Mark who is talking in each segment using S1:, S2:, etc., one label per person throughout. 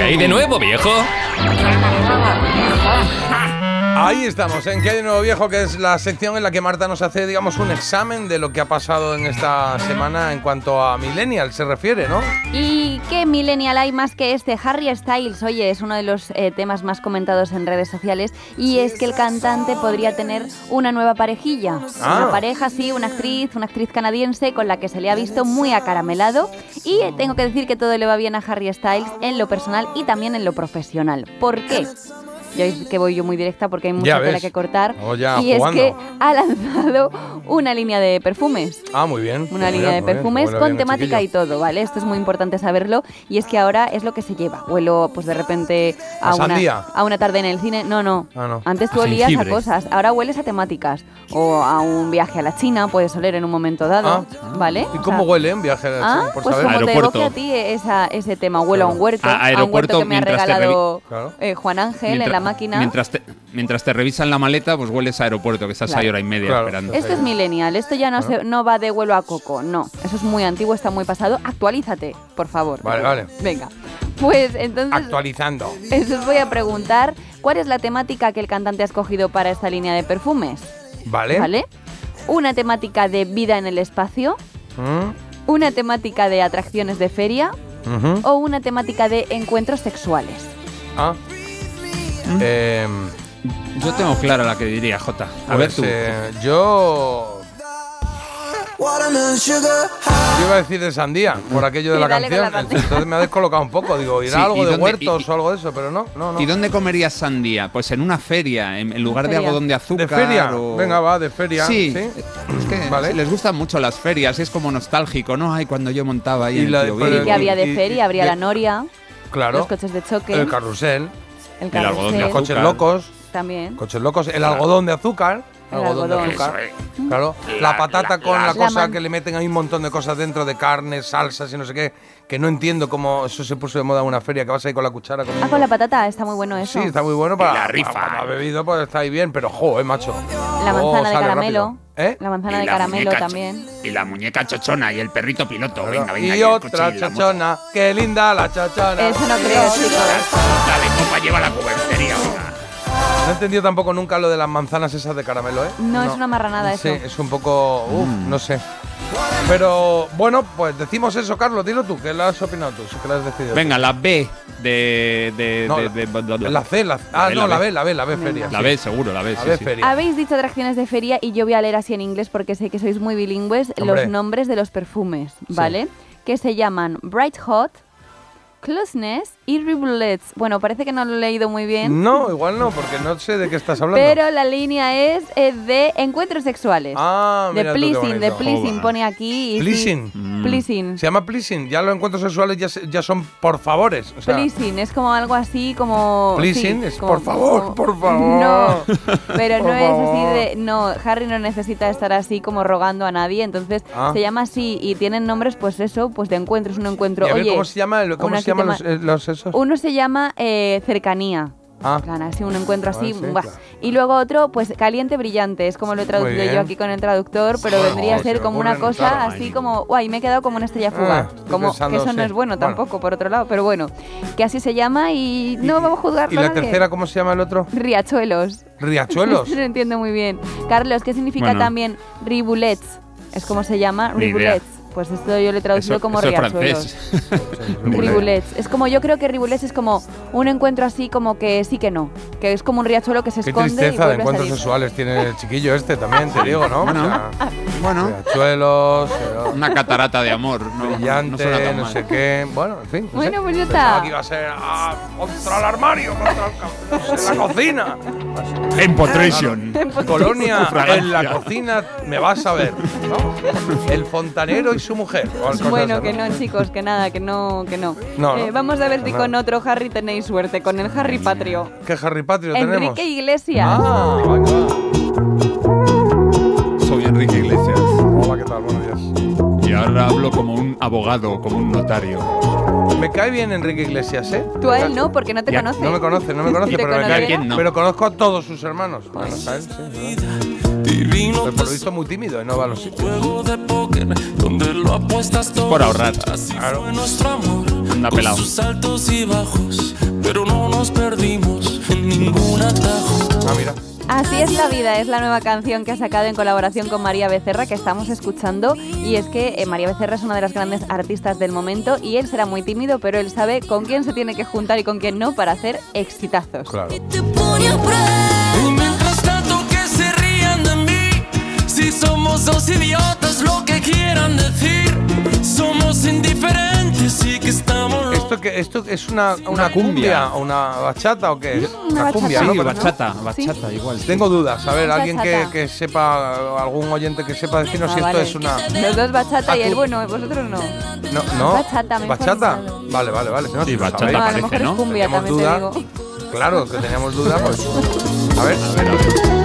S1: hay de nuevo, viejo?
S2: Ahí estamos, en ¿Qué hay de nuevo viejo? Que es la sección en la que Marta nos hace, digamos, un examen de lo que ha pasado en esta semana en cuanto a Millennial se refiere, ¿no?
S3: ¿Y qué millennial hay más que este? Harry Styles, oye, es uno de los eh, temas más comentados en redes sociales y es que el cantante podría tener una nueva parejilla.
S2: Ah.
S3: Una pareja, sí, una actriz, una actriz canadiense con la que se le ha visto muy acaramelado y eh, tengo que decir que todo le va bien a Harry Styles en lo personal y también en lo profesional. ¿Por qué? Ya veis que voy yo muy directa porque hay mucha tela
S2: ves.
S3: que cortar.
S2: Oh, ya,
S3: y
S2: jugando.
S3: es que ha lanzado una línea de perfumes.
S2: Ah, muy bien.
S3: Una línea de perfumes con temática y todo, ¿vale? Esto es muy importante saberlo y es que ahora es lo que se lleva. Huelo, pues de repente
S2: ¿A
S3: a, una,
S2: sandía?
S3: a una tarde en el cine. No, no.
S2: Ah, no.
S3: Antes tú
S1: A
S3: olías
S1: jengibre.
S3: a cosas, ahora hueles a temáticas. O a un viaje a la China, puedes oler en un momento dado, ¿vale?
S2: Ah. ¿Y
S3: O
S2: cómo
S3: sea,
S2: huele en viaje? de-
S3: Ah,
S2: por
S3: pues
S2: saber?
S3: como te
S1: Aeropuerto.
S3: evoque a ti esa- ese tema, huelo a un huerto,
S1: A-
S3: a un huerto
S1: aeropuerto
S3: que me ha
S1: mientras te
S3: regalado
S2: revi- Claro.
S3: eh, Juan Ángel en la máquina.
S1: Mientras te, mientras te revisan la maleta, pues hueles a aeropuerto, que estás
S3: Claro.
S1: ahí hora y media
S2: Claro.
S1: esperando.
S3: Esto es millennial, esto ya no, se- no va de vuelo a coco, no. Eso es muy antiguo, está muy pasado. Actualízate, por favor.
S2: Vale, vale.
S3: Venga. Pues entonces,
S2: Actualizando.
S3: eso os voy a preguntar, ¿cuál es la temática que el cantante ha escogido para esta línea de perfumes?
S2: ¿Vale?
S3: ¿Vale? ¿Una temática de vida en el espacio?
S2: Mm,
S3: ¿Una temática de atracciones de feria?
S2: ujú.
S3: ¿O una temática de encuentros sexuales?
S2: ¿Mm? Ah. Em,
S1: Yo tengo clara la que diría, Jota. A ver
S2: pues,
S1: tú.
S2: eh, yo... Yo iba a decir de sandía, por aquello de
S3: Sí,
S2: la
S3: dale con
S2: canción.
S3: la sandía.
S2: Entonces me ha descolocado un poco. Digo, irá
S1: Sí, ¿y
S2: algo de
S1: dónde-
S2: huertos
S1: y- y-
S2: o algo de eso, pero no, no, no.
S1: ¿Y dónde comerías sandía? Pues en una feria, en, en lugar de
S3: Feria.
S1: algodón de
S2: ¿De
S1: azúcar.
S2: feria?
S1: o-
S2: Venga, va, de feria.
S1: Sí,
S2: ¿sí?
S1: es que
S2: Vale.
S1: les gustan mucho las ferias, es como nostálgico, ¿no? Ay, cuando yo montaba ahí
S2: Y
S1: en el
S2: la-
S1: Tío
S2: pero-
S1: Bill.
S3: ¿Qué había
S2: Eh, y-
S3: de
S2: y-
S3: feria? Habría
S2: de-
S3: la noria,
S2: Claro.
S3: los coches de choque,
S2: El carrusel,
S3: el
S1: El algodón de
S3: carrusel,
S1: azúcar.
S2: coches locos,
S3: también.
S2: coches locos, el algodón de azúcar.
S3: El
S2: de
S3: algodón.
S2: azúcar. Claro. La patata con la,
S3: la
S2: cosa
S3: man-
S2: que le meten ahí un montón de cosas dentro de carnes, salsas y no sé qué. Que no entiendo cómo eso se puso de moda en una feria, que vas ahí con la cuchara.
S3: Ah, con la patata, está muy bueno eso.
S2: Sí, está muy bueno para
S1: Y la rifa.
S2: Para, para bebido, pues está ahí bien, pero jo, eh, macho.
S3: La manzana de caramelo.
S2: ¿Eh?
S3: La manzana de
S4: la
S3: caramelo
S4: muñeca
S3: también.
S4: ch- Y la muñeca chochona y el perrito piloto. Venga, venga.
S2: y
S4: el
S2: otra
S4: coche y la moto.
S2: chochona, qué linda la chochona.
S3: Eso no creo, chicos.
S4: La de copa lleva la cubertería. venga.
S2: No he entendido tampoco nunca lo de las manzanas esas de caramelo, ¿eh?
S3: No, es una marranada
S2: Sí,
S3: eso.
S2: es un poco. Uf,
S1: Mm.
S2: no sé. Pero bueno, pues decimos eso, Carlos. Dilo tú, que lo has opinado tú, si que lo has decidido.
S1: Venga, la B de. de,
S2: No,
S1: de-
S2: la-
S1: de- de- de-
S2: La C, la Ah,
S1: B,
S2: no, la
S1: la
S2: B,
S1: B.
S2: la B, la B, feria.
S1: La
S2: sí.
S1: B, seguro, la B.
S2: La
S1: sí,
S2: B,
S1: sí.
S2: feria.
S3: Habéis dicho atracciones de feria y yo voy a leer así en inglés porque sé que sois muy bilingües
S2: Hombre.
S3: los nombres de los perfumes, ¿vale? Que se llaman Bright Hot, Closeness y Rivulets. Bueno, parece que no lo he leído muy bien,
S2: No, igual no, porque no sé de qué estás Mm, hablando.
S3: pero la línea es eh, de encuentros sexuales.
S2: Ah,
S3: de
S2: mira tú qué
S3: pleasing, de
S2: bonito.
S3: pleasing
S1: Joder.
S3: pone aquí. y sí,
S2: Pleasing.
S3: pleasing.
S2: Se llama pleasing. Ya los encuentros sexuales ya, se- ya son por favores. O sea,
S3: Pleasing es como algo así como.
S2: Pleasing
S3: sí,
S2: es,
S3: como-
S2: por favor,
S3: como-
S2: por favor.
S3: No, pero
S2: Por
S3: no es así
S2: favor.
S3: de. No, Harry no necesita estar así como rogando a nadie, entonces
S2: Ah.
S3: se llama así y tienen nombres, pues eso, pues de encuentros, un encuentro.
S2: y a ver
S3: Oye,
S2: cómo se llama, el- cómo
S3: una
S2: se llaman los,
S3: quitema-
S2: eh, los esos.
S3: Uno se llama eh, cercanía.
S2: Ah.
S3: En plan, así un encuentro así.
S2: Ah, sí,
S3: buah.
S2: claro.
S3: Y luego otro, pues caliente brillante. Es como lo he traducido
S2: bien.
S3: yo aquí con el traductor, pero
S2: Sí,
S3: vendría a
S2: no, se
S3: ser
S2: me
S3: como una
S2: ocurren,
S3: cosa
S2: claro,
S3: así como, guay, me he quedado como una estrella fugaz.
S2: Ah, estoy
S3: como
S2: pensando,
S3: que eso no
S2: sí.
S3: es bueno
S2: Bueno.
S3: tampoco, por otro lado, pero bueno, que así se llama y no vamos a
S2: ¿Y
S3: juzgarlo. a
S2: la
S3: nadie.
S2: tercera, cómo se llama el otro?
S3: Riachuelos.
S2: Riachuelos.
S3: no entiendo muy bien. Carlos, ¿qué significa
S1: Bueno.
S3: también ribulets? Es como se llama,
S1: Ni idea.
S3: ribulets. Pues esto yo lo he traducido
S1: Eso,
S3: como
S1: eso es
S3: riachuelos.
S1: francés.
S3: Ribulets. Es como, yo creo que Ribulets es como un encuentro así como que sí que no. Que es como un riachuelo que se
S2: Qué
S3: esconde
S2: tristeza
S3: y
S2: de
S3: vuelve a
S2: encuentros
S3: salir.
S2: sexuales tiene el chiquillo este también, te digo, ¿no? O
S1: Bueno. Ah,
S2: sea,
S1: bueno,
S2: riachuelos, eh,
S1: una catarata de amor. No, no suena
S2: brillante,
S1: tan
S2: no,
S1: mal.
S2: sé qué. Bueno, en fin. no
S3: Bueno,
S2: sé.
S3: pues ya está.
S2: Pensaba que iba a ser ah, contra el armario, contra el cam- no sé, la cocina. Ah,
S4: Empotration.
S3: Pues
S2: Colonia
S4: Fragancia.
S2: en la cocina, me vas a ver. ¿no? El fontanero y su mujer. o cosas
S3: Bueno,
S2: así,
S3: que no, chicos, que nada, que no, que no.
S2: No,
S3: Eh,
S2: no.
S3: Vamos a ver si
S2: No.
S3: con otro Harry tenéis suerte, con el Harry Patrio.
S2: ¿Qué Harry Patrio tenemos?
S3: Enrique Iglesias.
S2: Ah, venga.
S1: Soy Enrique Iglesias.
S2: Hola, ¿qué tal? Buenos días.
S1: Y ahora hablo como un abogado, como un notario.
S2: Me cae bien Enrique Iglesias, ¿eh?
S3: Tú a él no, porque no te
S1: Ya,
S3: conoces.
S2: No me conoce, no me conoce,
S3: ¿Te
S2: pero me cae
S3: conoce?
S1: ¿Quién no?
S2: Pero conozco a todos sus hermanos. Menos a él, sí, es verdad. Pero por lo visto muy tímido y no va a los sitios.
S5: Juego de póker donde lo apuestas todo.
S1: Por ahorrar.
S5: Así
S2: Claro.
S5: fue nuestro amor. anda pelado.
S6: Sus altos y bajos, pero no nos perdimos en ningún atajo.
S2: Ah, mira.
S3: Así es la vida, es la nueva canción que ha sacado en colaboración con María Becerra que estamos escuchando y es que eh, María Becerra es una de las grandes artistas del momento y él será muy tímido pero él sabe con quién se tiene que juntar y con quién no para hacer exitazos.
S2: Claro.
S6: Y mientras tanto que se rían de mí, si somos dos idiotas, lo que quieran decir, somos indiferentes y que estamos locos.
S2: ¿Esto, que, ¿Esto es una, una,
S1: Una
S2: cumbia
S1: cumbia.
S2: o una bachata o qué? es?
S3: una
S2: cumbia,
S3: bachata.
S1: Sí,
S2: ¿no? Pero-
S1: bachata,
S3: ¿no?
S1: bachata, igual.
S2: Tengo dudas. A ver,
S3: Una
S2: alguien que,
S3: bachata.
S2: que sepa, algún oyente que sepa decirnos
S3: Ah,
S2: si esto
S3: vale.
S2: es una.
S3: Los dos bachata y
S2: Ah,
S3: él,
S2: tú-
S3: bueno, vosotros no.
S2: No, no.
S3: Bachata, mejor
S2: ¿Bachata?
S3: no.
S2: Vale, vale, vale. Si no,
S5: Sí,
S2: si lo
S5: bachata
S3: No,
S2: sabéis.
S3: a
S5: parece,
S3: lo mejor
S5: ¿no?
S3: es cumbia,
S2: Tenemos
S3: también
S2: duda.
S3: te digo.
S2: Claro, que teníamos dudas. Pues. A ver.
S5: A ver, a ver.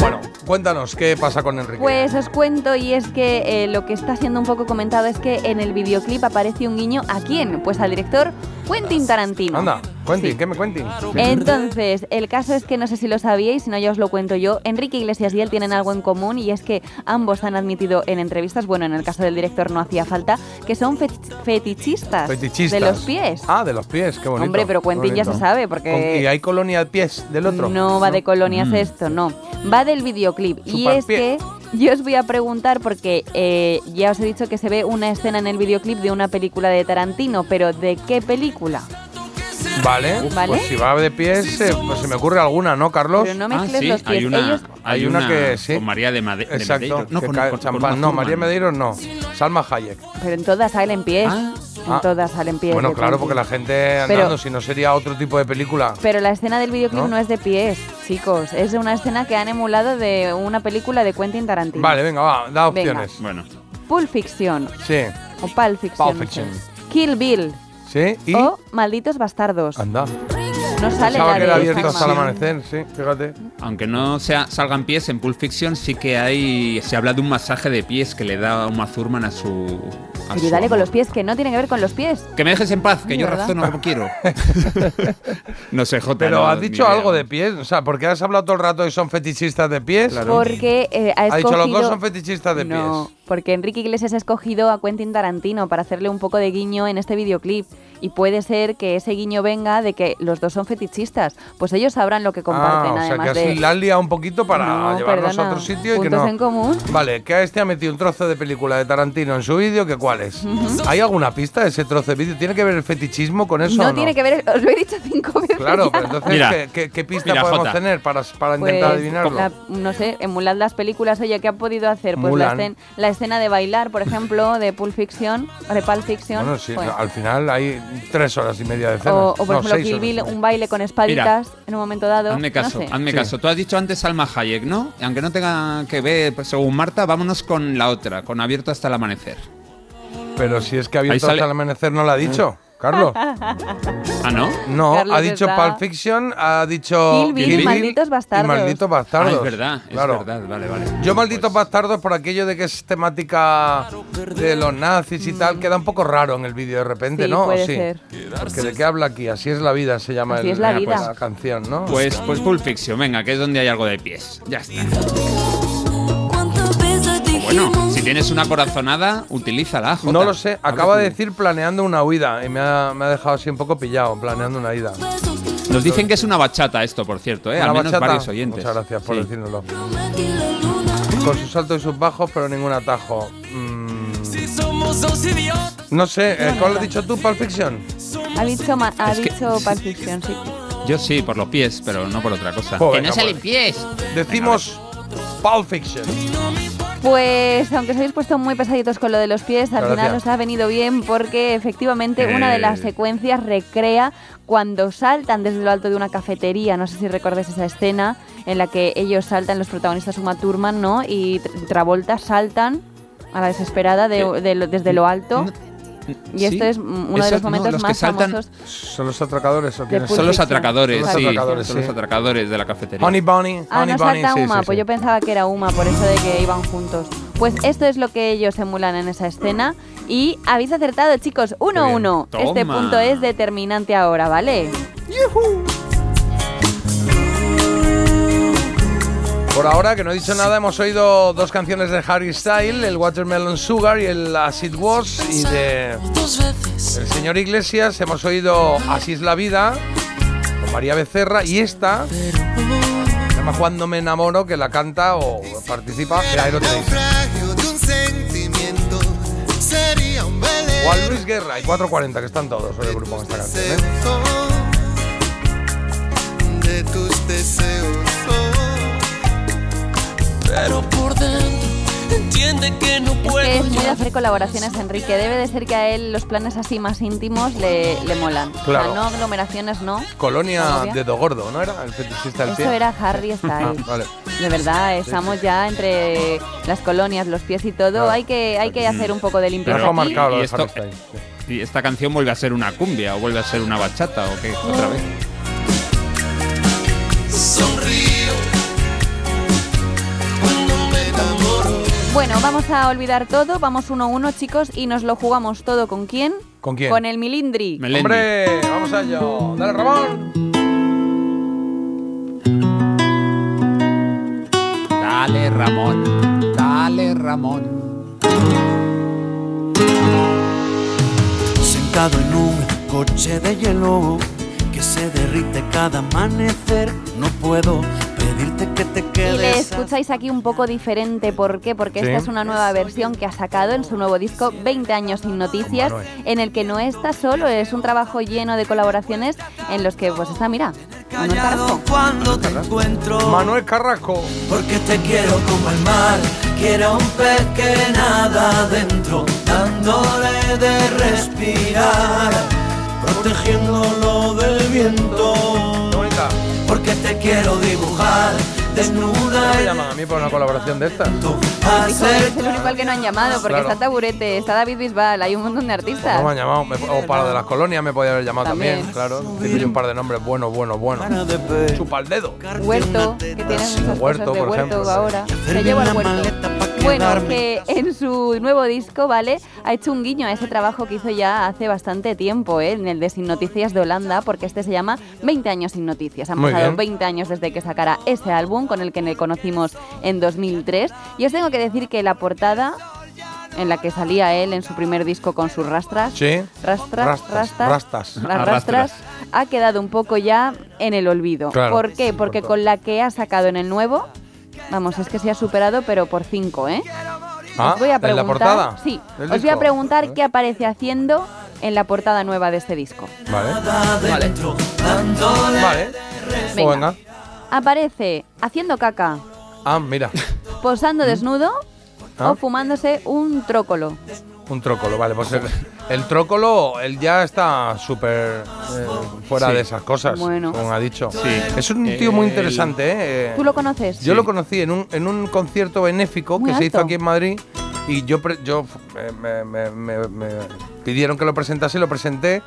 S2: Bueno, cuéntanos qué pasa con Enrique.
S3: Pues os cuento y es que eh, lo que está siendo un poco comentado es que en el videoclip aparece un guiño a quién, pues al director Quentin Tarantino.
S2: Anda, Quentin,
S3: Sí.
S2: ¿qué me Quentin?
S3: Entonces, el caso es que no sé si lo sabíais, si no ya os lo cuento yo. Enrique Iglesias y él tienen algo en común y es que ambos han admitido en entrevistas, bueno, en el caso del director no hacía falta, que son fetich- fetichistas,
S2: Fetichistas.
S3: de los pies.
S2: Ah, de los pies, qué bonito.
S3: Hombre, pero
S2: qué
S3: Quentin ya
S2: bonito.
S3: se sabe, porque-
S2: Con- ¿Y hay colonia de pies del otro? Mm.
S3: No va de colonias esto, no. Va del videoclip. y
S2: Chupar
S3: es
S2: pie.
S3: que yo os voy a preguntar porque eh, ya os he dicho que se ve una escena en el videoclip de una película de Tarantino, pero ¿de qué película?
S2: Vale,
S3: Vale.
S2: pues si va de pies, eh, pues se me ocurre alguna, ¿no, Carlos?
S3: Pero no
S4: Ah,
S3: mezcles
S4: sí,
S3: los pies.
S4: hay una,
S3: Ellos
S2: Hay
S4: hay
S2: una
S4: una,
S2: que sí.
S4: Con María de, Made- de
S2: Exacto,
S4: Madeiro. No,
S2: que
S4: con,
S2: cae
S4: con- con
S2: champán. no,
S4: Mazurman.
S2: María Medeiros no. Salma Hayek.
S3: Pero en todas salen pies.
S4: Ah,
S3: en
S2: ah.
S3: todas salen pies.
S2: Bueno,
S3: yo
S2: claro,
S3: creo.
S2: porque la gente
S3: Pero-
S2: andando, si no sería otro tipo de película.
S3: Pero la escena del videoclip
S2: ¿No?
S3: ¿No? es de pies, chicos. Es de una escena que han emulado de una película de Quentin Tarantino.
S2: Vale, venga, va, da
S3: Venga.
S2: opciones.
S4: Bueno,
S3: Pulp Fiction
S2: Sí,
S3: o Pulp Fiction.
S2: Pulp
S3: no sé.
S2: Fiction.
S3: Kill Bill
S2: sí, y.
S3: o Malditos Bastardos.
S2: Anda.
S3: No sale
S2: Pensaba
S3: la
S2: que
S3: de
S2: era abierto
S3: Salma.
S2: hasta el amanecer, sí, fíjate.
S4: aunque no sea, salgan pies, en Pulp Fiction sí que hay. Se habla de un masaje de pies que le da Uma Thurman a su. a
S2: Ah,
S3: Oye,
S4: su
S3: dale con
S4: amor.
S3: los pies, que no tiene que ver con los pies.
S4: Que me dejes en paz, que
S3: Ay,
S4: yo
S3: ¿verdad?
S4: razono como quiero. no sé, Jota.
S2: Pero
S4: no,
S2: has
S4: ni
S2: dicho
S4: idea.
S2: algo de pies, o sea, porque has hablado todo el rato y son fetichistas de pies.
S3: Porque eh, ha
S2: Ha dicho,
S3: escogido...
S2: los dos son fetichistas de
S3: no,
S2: pies.
S3: porque Enrique Iglesias ha escogido a Quentin Tarantino para hacerle un poco de guiño en este videoclip. Y puede ser que ese guiño venga de que los dos son fetichistas. Pues ellos sabrán lo que comparten,
S2: ah, o sea,
S3: además
S2: que así
S3: de...
S2: la han liado un poquito para
S3: No,
S2: llevarnos a
S3: perdona,
S2: otro sitio y que
S3: puntos
S2: no.
S3: en común.
S2: Vale, que a este ha metido un trozo de película de Tarantino en su vídeo, que cuál es. ¿Hay alguna pista de ese trozo de vídeo? ¿Tiene que ver el fetichismo con eso?
S3: No,
S2: o no?
S3: tiene que ver, os lo he dicho cinco veces.
S2: Claro,
S3: ya.
S2: pero entonces,
S4: Mira.
S2: ¿qué, qué, qué pista
S4: Mira,
S2: podemos
S4: Jota.
S2: tener para, para
S3: Pues,
S2: intentar adivinarlo?
S3: la- no sé, emulad las películas, oye, ¿qué ha podido hacer? Pues la,
S2: Mulan.
S3: escen- la escena de bailar, por ejemplo, de Pulp Fiction, de Pulp Fiction.
S2: Bueno, sí,
S3: pues.
S2: no, al final hay tres horas y media de cena.
S3: o, o, por
S2: No,
S3: ejemplo,
S2: seis
S3: Kill
S2: horas.
S3: Bill, un baile con espaditas en un momento dado.
S4: Hazme caso,
S3: no sé.
S4: hazme
S2: Sí.
S4: caso. Tú has dicho antes Salma Hayek, ¿no? Aunque no tenga que ver, pues, según Marta, vámonos con la otra, con Abierto hasta el amanecer.
S2: Pero si es que abierto
S4: sale-
S2: hasta el amanecer no lo ha dicho, Carlos.
S4: Ah, ¿no?
S2: No,
S3: Carlos
S2: ha dicho
S3: está-
S2: Pulp Fiction, ha dicho
S3: Kill Bill y Malditos
S2: Y
S3: Bastardos.
S2: malditos
S4: Ah,
S2: bastardos.
S4: es verdad, es
S2: Claro.
S4: verdad, vale, vale.
S2: Yo malditos
S4: Pues,
S2: bastardos por aquello de que es temática de los nazis y tal, queda un poco raro en el vídeo de repente,
S3: Mm. Sí,
S2: ¿no? ¿O
S3: puede
S2: sí?
S3: ser.
S2: Porque de qué habla aquí, así es la vida se llama
S3: Así
S2: el-
S3: es la
S2: venga, pues,
S3: vida.
S2: canción, ¿no?
S4: Pues, pues Pulp Fiction, venga, que es donde hay algo de pies. Ya está.
S7: ¿Cuántas veces
S4: O bueno,
S7: dijimos?
S4: si tienes una corazonada, utilízala, Jota.
S2: no lo sé,
S4: Habla
S2: acaba de
S4: tú.
S2: decir planeando una huida y me ha, me ha dejado así un poco pillado, planeando una ida.
S4: Nos dicen que es una bachata esto, por cierto, ¿eh?
S2: Una
S4: Al menos
S2: bachata.
S4: varios oyentes.
S2: Muchas gracias por
S4: Sí.
S2: decírnoslo.
S7: Prometí la luna.
S2: Con sus altos y sus bajos, pero ningún atajo. Mm,
S6: Si somos dos idiotas,
S2: no sé, eh, ¿cuál has dicho tú, Pulp Fiction?
S3: Ha dicho, ma- ha
S4: Es que-
S3: dicho Pulp Fiction, sí.
S4: Yo sí, por los pies, pero no por otra cosa.
S2: Joder,
S4: que no
S2: cabrón.
S4: salen pies.
S2: Decimos Pulp Fiction.
S3: Pues aunque os habéis puesto muy pesaditos con lo de los pies, al
S2: Gracias.
S3: final os ha venido bien porque efectivamente
S4: Eh.
S3: una de las secuencias recrea cuando saltan desde lo alto de una cafetería. No sé si recordáis esa escena en la que ellos saltan, los protagonistas Uma Thurman, ¿no? Y Tra- Travolta saltan a la desesperada de-
S4: Eh.
S3: de lo- desde lo alto. Y esto es mm, uno de los momentos más famosos.
S2: ¿Son los atracadores o
S3: De
S2: quiénes
S3: Pulp
S4: Son los
S3: Fiction.
S4: atracadores,
S2: Son los
S4: sí.
S2: atracadores,
S4: son
S2: sí.
S4: los atracadores de la cafetería.
S2: Honey Bunny,
S3: Ah,
S2: Honey
S3: no
S2: Bunny,
S3: salta
S2: sí,
S3: Uma,
S2: sí,
S3: pues
S2: sí.
S3: yo pensaba que era Uma, por eso de que iban juntos. Pues esto es lo que ellos emulan en esa escena. Y habéis acertado, chicos, 1-1.
S2: bien.
S3: Este
S4: Toma.
S3: punto es determinante ahora, ¿vale?
S2: Por ahora, que no he dicho nada, hemos oído dos canciones de Harry Style, el Watermelon Sugar y el As It Was, y de
S6: dos veces.
S2: el señor Iglesias hemos oído Así es la vida, con María Becerra, y esta, se llama Cuando me enamoro, que la canta o participa, mira, ahí lo tenéis.
S5: naufragio de un sentimiento sería un
S2: Juan
S5: velero
S2: Luis Guerra y 440, que están todos sobre el grupo en esta canción. ¿eh?
S5: seco de tus deseos.
S6: Pero por dentro entiende que no
S3: Que
S6: puedo
S3: es muy de
S6: ya.
S3: hacer colaboraciones, Enrique. Debe de ser que a él los planes así más íntimos le, le molan.
S2: Claro.
S3: O sea, no aglomeraciones, no.
S2: Colonia
S3: Colombia.
S2: Dedo Gordo, ¿no era? El fetichista del pie.
S3: Eso era Harry Styles.
S2: Ah, vale.
S3: De verdad, estamos ya entre las colonias, los pies y todo.
S2: Claro. Mm.
S3: Hay que hay que hacer un poco de
S2: Lo
S3: limpieza.
S2: dejó
S3: aquí.
S2: marcado lo
S4: y
S2: de
S4: esto-
S2: Harry Styles.
S4: Y esta canción vuelve a ser una cumbia o vuelve a ser una bachata o qué, otra vez.
S6: Sonrío cuando me enamoro.
S3: Bueno, vamos a olvidar todo. Vamos uno a uno, chicos, y nos lo jugamos todo con quién?
S2: ¿Con quién?
S3: Con el Milindri.
S4: Melendi.
S2: ¡Hombre! ¡Vamos allá! ¡Dale, Ramón!
S1: Dale, Ramón. Dale, Ramón.
S8: sentado en un coche de hielo que se derrite cada amanecer. No puedo pedirte que te
S3: Y le
S8: quedes.
S3: escucháis aquí un poco diferente, ¿por qué? Porque esta
S2: Sí.
S3: es una nueva versión que ha sacado en su nuevo disco 20 años sin noticias,
S2: Hombre,
S3: en el que no está solo, es un trabajo lleno de colaboraciones en los que pues está, mira, Manuel Carrasco.
S8: cuando te encuentro.
S2: Manuel Carrasco.
S8: Porque te quiero como el mar, quiero un pez que nada adentro, dándole de respirar, protegiéndolo del viento.
S2: Qué bonita.
S8: Porque te quiero dibujar,
S2: ¿Cómo
S8: desnuda
S2: me
S8: en
S2: llaman a mí por una colaboración de estas?
S8: tu
S3: Dijo, es el único al que no han llamado, porque
S2: Claro.
S3: está Taburete, está David Bisbal, hay un montón de artistas.
S2: No me han llamado. Me- o para lo de las colonias me podía haber llamado también,
S3: También.
S2: claro. Tiene un par de nombres buenos, buenos, buenos. Chupa el dedo.
S3: Huerto, que tienes muchas
S2: Huerto,
S3: cosas de
S2: por
S3: Huerto
S2: ejemplo.
S3: ahora. Te llevo al Huerto. Bueno, que en su nuevo disco, ¿vale? Ha hecho un guiño a ese trabajo que hizo ya hace bastante tiempo, ¿eh? En el de Sin Noticias de Holanda, porque este se llama 20 años sin noticias. Han
S2: Muy
S3: pasado
S2: bien.
S3: 20 años desde que sacara ese álbum, con el que le conocimos en 2003. Y os tengo que decir que la portada en la que salía él en su primer disco con sus rastras,
S2: Sí.
S3: rastras,
S2: Rastas,
S3: rastas,
S2: rastas.
S3: las rastras, ha quedado un poco ya en el olvido.
S2: Claro,
S3: ¿Por qué?
S2: sí,
S3: Porque
S2: por
S3: con la que ha sacado en el nuevo, vamos, es que se ha superado, pero por cinco, ¿eh?
S2: Ah,
S3: Os voy a
S2: ¿en
S3: preguntar,
S2: la portada?
S3: sí,
S2: ¿Del
S3: os voy a
S2: disco?
S3: preguntar qué aparece haciendo en la portada nueva de este disco.
S2: Vale.
S8: adentro, dándole
S2: Vale. Pues
S3: Venga.
S2: venga.
S3: Aparece haciendo caca,
S2: Ah, mira.
S3: posando desnudo
S2: Mm. Ah.
S3: o fumándose un trócolo.
S2: Un trócolo, vale. Pues el, el trócolo, él ya está súper eh, fuera
S4: Sí.
S2: de esas cosas,
S3: Bueno.
S2: como ha dicho. Es un tío muy interesante, ¿eh?
S3: ¿Tú lo conoces?
S2: Yo
S4: Sí.
S2: lo conocí en un, en un concierto benéfico
S3: Muy
S2: que se hizo
S3: alto.
S2: aquí en Madrid y yo, pre- yo eh, me, me- me- me pidieron que lo presentase, lo presenté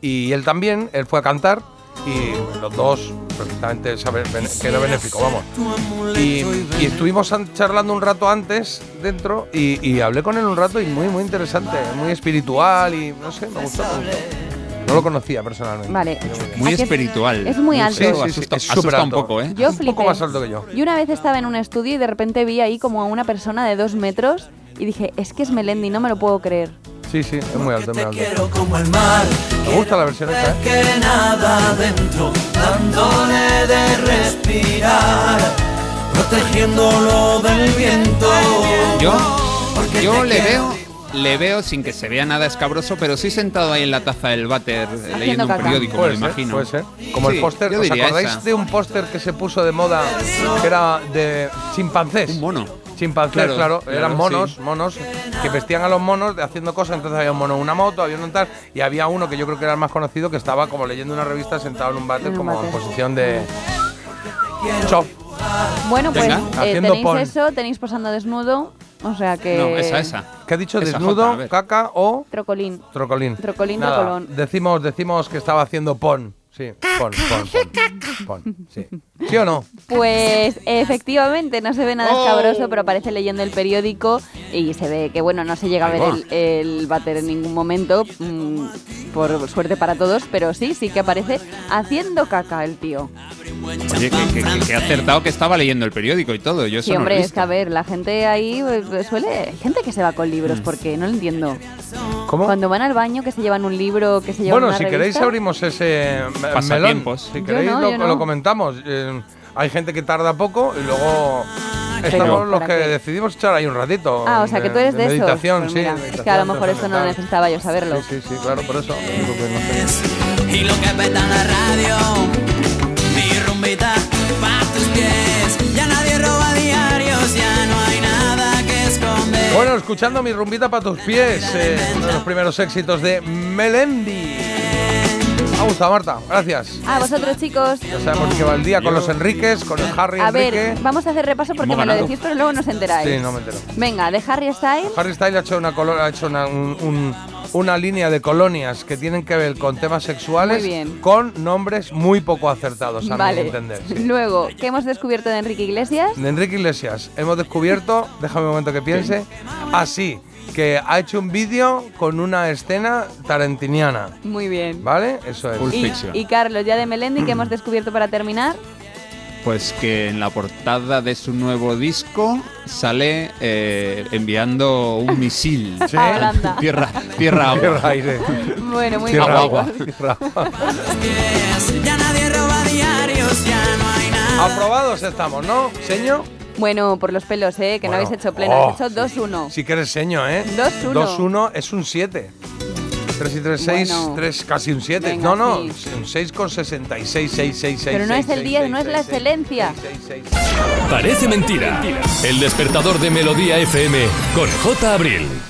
S2: y él también, él fue a cantar y los dos perfectamente saben bene- que era benéfico, vamos. Y, y estuvimos an- charlando un rato antes dentro y, y hablé con él un rato y muy, muy interesante, muy espiritual y no sé, me gustó. me gustó. No lo conocía personalmente.
S3: Vale.
S4: Muy
S3: ¿A que es-
S4: espiritual.
S3: Es muy alto.
S2: Sí, sí, sí,
S4: Asusta-
S2: es súper
S4: asusta un
S2: alto.
S4: poco, ¿eh?
S3: Yo
S2: Es un poco
S3: flipé.
S2: más alto que yo.
S3: Yo una vez estaba en un estudio y de repente vi ahí como a una persona de dos metros y dije, es que es Melendi, no me lo puedo creer.
S2: Sí, sí, es muy alto, es muy alto.
S8: quiero como el mar,
S2: Me gusta la versión esta, ¿eh?
S8: que nada adentro, dándole de respirar, protegiéndolo del viento.
S4: Yo,
S8: Porque
S4: yo
S8: te
S4: le
S8: quiero.
S4: veo, le veo sin que se vea nada escabroso, pero sí sentado ahí en la taza del váter eh, leyendo un
S3: caca.
S4: periódico, me
S2: Puede ser,
S4: imagino.
S2: puede ser. Como
S4: Sí,
S2: el póster,
S4: yo
S2: ¿os
S4: diría
S2: acordáis
S4: esa.
S2: de un póster que se puso de moda que era de chimpancés?
S4: Un mono.
S2: Chimpancés, claro,
S4: Claro,
S2: eran
S4: claro,
S2: monos,
S4: sí.
S2: monos que vestían a los monos de haciendo cosas. Entonces había un mono en una moto, había un tal, y había uno que yo creo que era el más conocido que estaba como leyendo una revista sentado en un váter,
S3: En un
S2: como en
S3: váter.
S2: posición de chof.
S3: Bueno, pues
S4: Venga,
S3: eh,
S2: haciendo
S3: tenéis
S2: pon.
S3: eso, tenéis posando desnudo, o sea que...
S4: No, esa, esa.
S2: ¿Qué ha dicho?
S4: Esa
S2: Desnudo,
S4: jota, a ver.
S2: caca o
S3: Trocolín.
S2: trocolín.
S3: Trocolín,
S2: Nada,
S3: trocolón.
S2: Decimos, decimos que estaba haciendo pon. Sí, pon, pon, pon, pon. Sí. ¿Sí o no?
S3: Pues efectivamente, no se ve
S4: Oh.
S3: nada escabroso, pero aparece leyendo el periódico y se ve que, bueno, no se llega a ver el, el váter en ningún momento, mm, por suerte para todos, pero sí, sí que aparece haciendo caca el tío.
S4: Oye, que, que- que- que he acertado que estaba leyendo el periódico y todo. Yo eso
S3: Sí,
S4: no lo he
S3: hombre, es
S4: visto.
S3: que a ver, la gente ahí pues, suele... hay gente que se va con
S4: Mm.
S3: libros, porque no lo entiendo.
S2: ¿Cómo?
S3: Cuando van al baño, que se llevan un libro, que se llevan
S2: Bueno,
S3: una
S2: si queréis
S3: revista.
S2: abrimos ese me- melón.
S4: Pasatiempos.
S2: Si
S3: Yo
S2: queréis
S3: no,
S2: lo,
S3: yo no.
S2: lo comentamos. Eh, hay gente que tarda poco y luego estamos los
S3: ¿para
S2: que
S3: qué?
S2: decidimos echar ahí un ratito.
S3: Ah, o sea, que tú eres de, esos.
S2: meditación,
S3: Pues
S2: sí,
S3: mira, es
S2: meditación
S3: que a lo mejor esto no lo
S2: trascendental.
S3: necesitaba yo saberlo.
S2: Sí, sí, sí, claro, por eso. Digo que no sé.
S6: Y lo que peta en la radio, mi rumbita pa' tus pies. Ya nadie roba diarios, ya no hay nada que esconder.
S2: Bueno, escuchando mi rumbita para tus pies, eh, uno de los primeros éxitos de Melendi. Me ha gustado, Marta. Gracias.
S3: A Ah, vosotros, chicos.
S2: Ya sabemos que va el día con los Enriques, con el Harry
S3: A
S2: Enrique.
S3: ver, vamos a hacer repaso porque
S4: Hemos
S3: me lo
S4: ganado.
S3: decís, pero luego nos enteráis.
S2: Sí, no me entero.
S3: Venga, de Harry Styles.
S2: Harry Styles ha hecho, una, colo- ha hecho una, un- un- una línea de colonias que tienen que ver con temas sexuales
S3: Muy bien.
S2: con nombres muy poco acertados, a
S3: Vale.
S2: mi entender. sí.
S3: Luego, ¿qué hemos descubierto de Enrique Iglesias?
S2: De Enrique Iglesias, hemos descubierto, déjame un momento que piense, así, que ha hecho un vídeo con una escena tarantiniana,
S3: Muy bien.
S2: ¿vale? Eso es.
S4: Pulp
S3: Y,
S4: Fiction.
S3: y Carlos, ya de Melendi, ¿qué hemos descubierto para terminar?
S4: Pues que en la portada de su nuevo disco sale eh, enviando un misil.
S3: A Ah, Holanda.
S4: Tierra, tierra. agua.
S2: Tierra, aire.
S3: Bueno, muy bien.
S2: Tierra, agua.
S3: chicos.
S2: Tierra, agua.
S6: Ya nadie roba diarios, ya no hay nada.
S2: Aprobados estamos, ¿no? ¿Seño?
S3: Bueno, por los pelos, ¿eh? Que no
S2: Bueno.
S3: habéis hecho pleno,
S2: Oh,
S3: habéis hecho 2-1.
S2: Sí que eres seño, ¿eh?
S3: 2-1.
S2: 2-1 es un 7. 3 y 3, 6,
S3: Bueno.
S2: 3, casi un 7.
S3: Venga,
S2: No, no,
S3: sí.
S2: un 6 con 66, 6, 6, 6.
S3: Pero no es el 10, no es la excelencia.
S9: Parece mentira. El despertador de Melodía FM con J. Abril.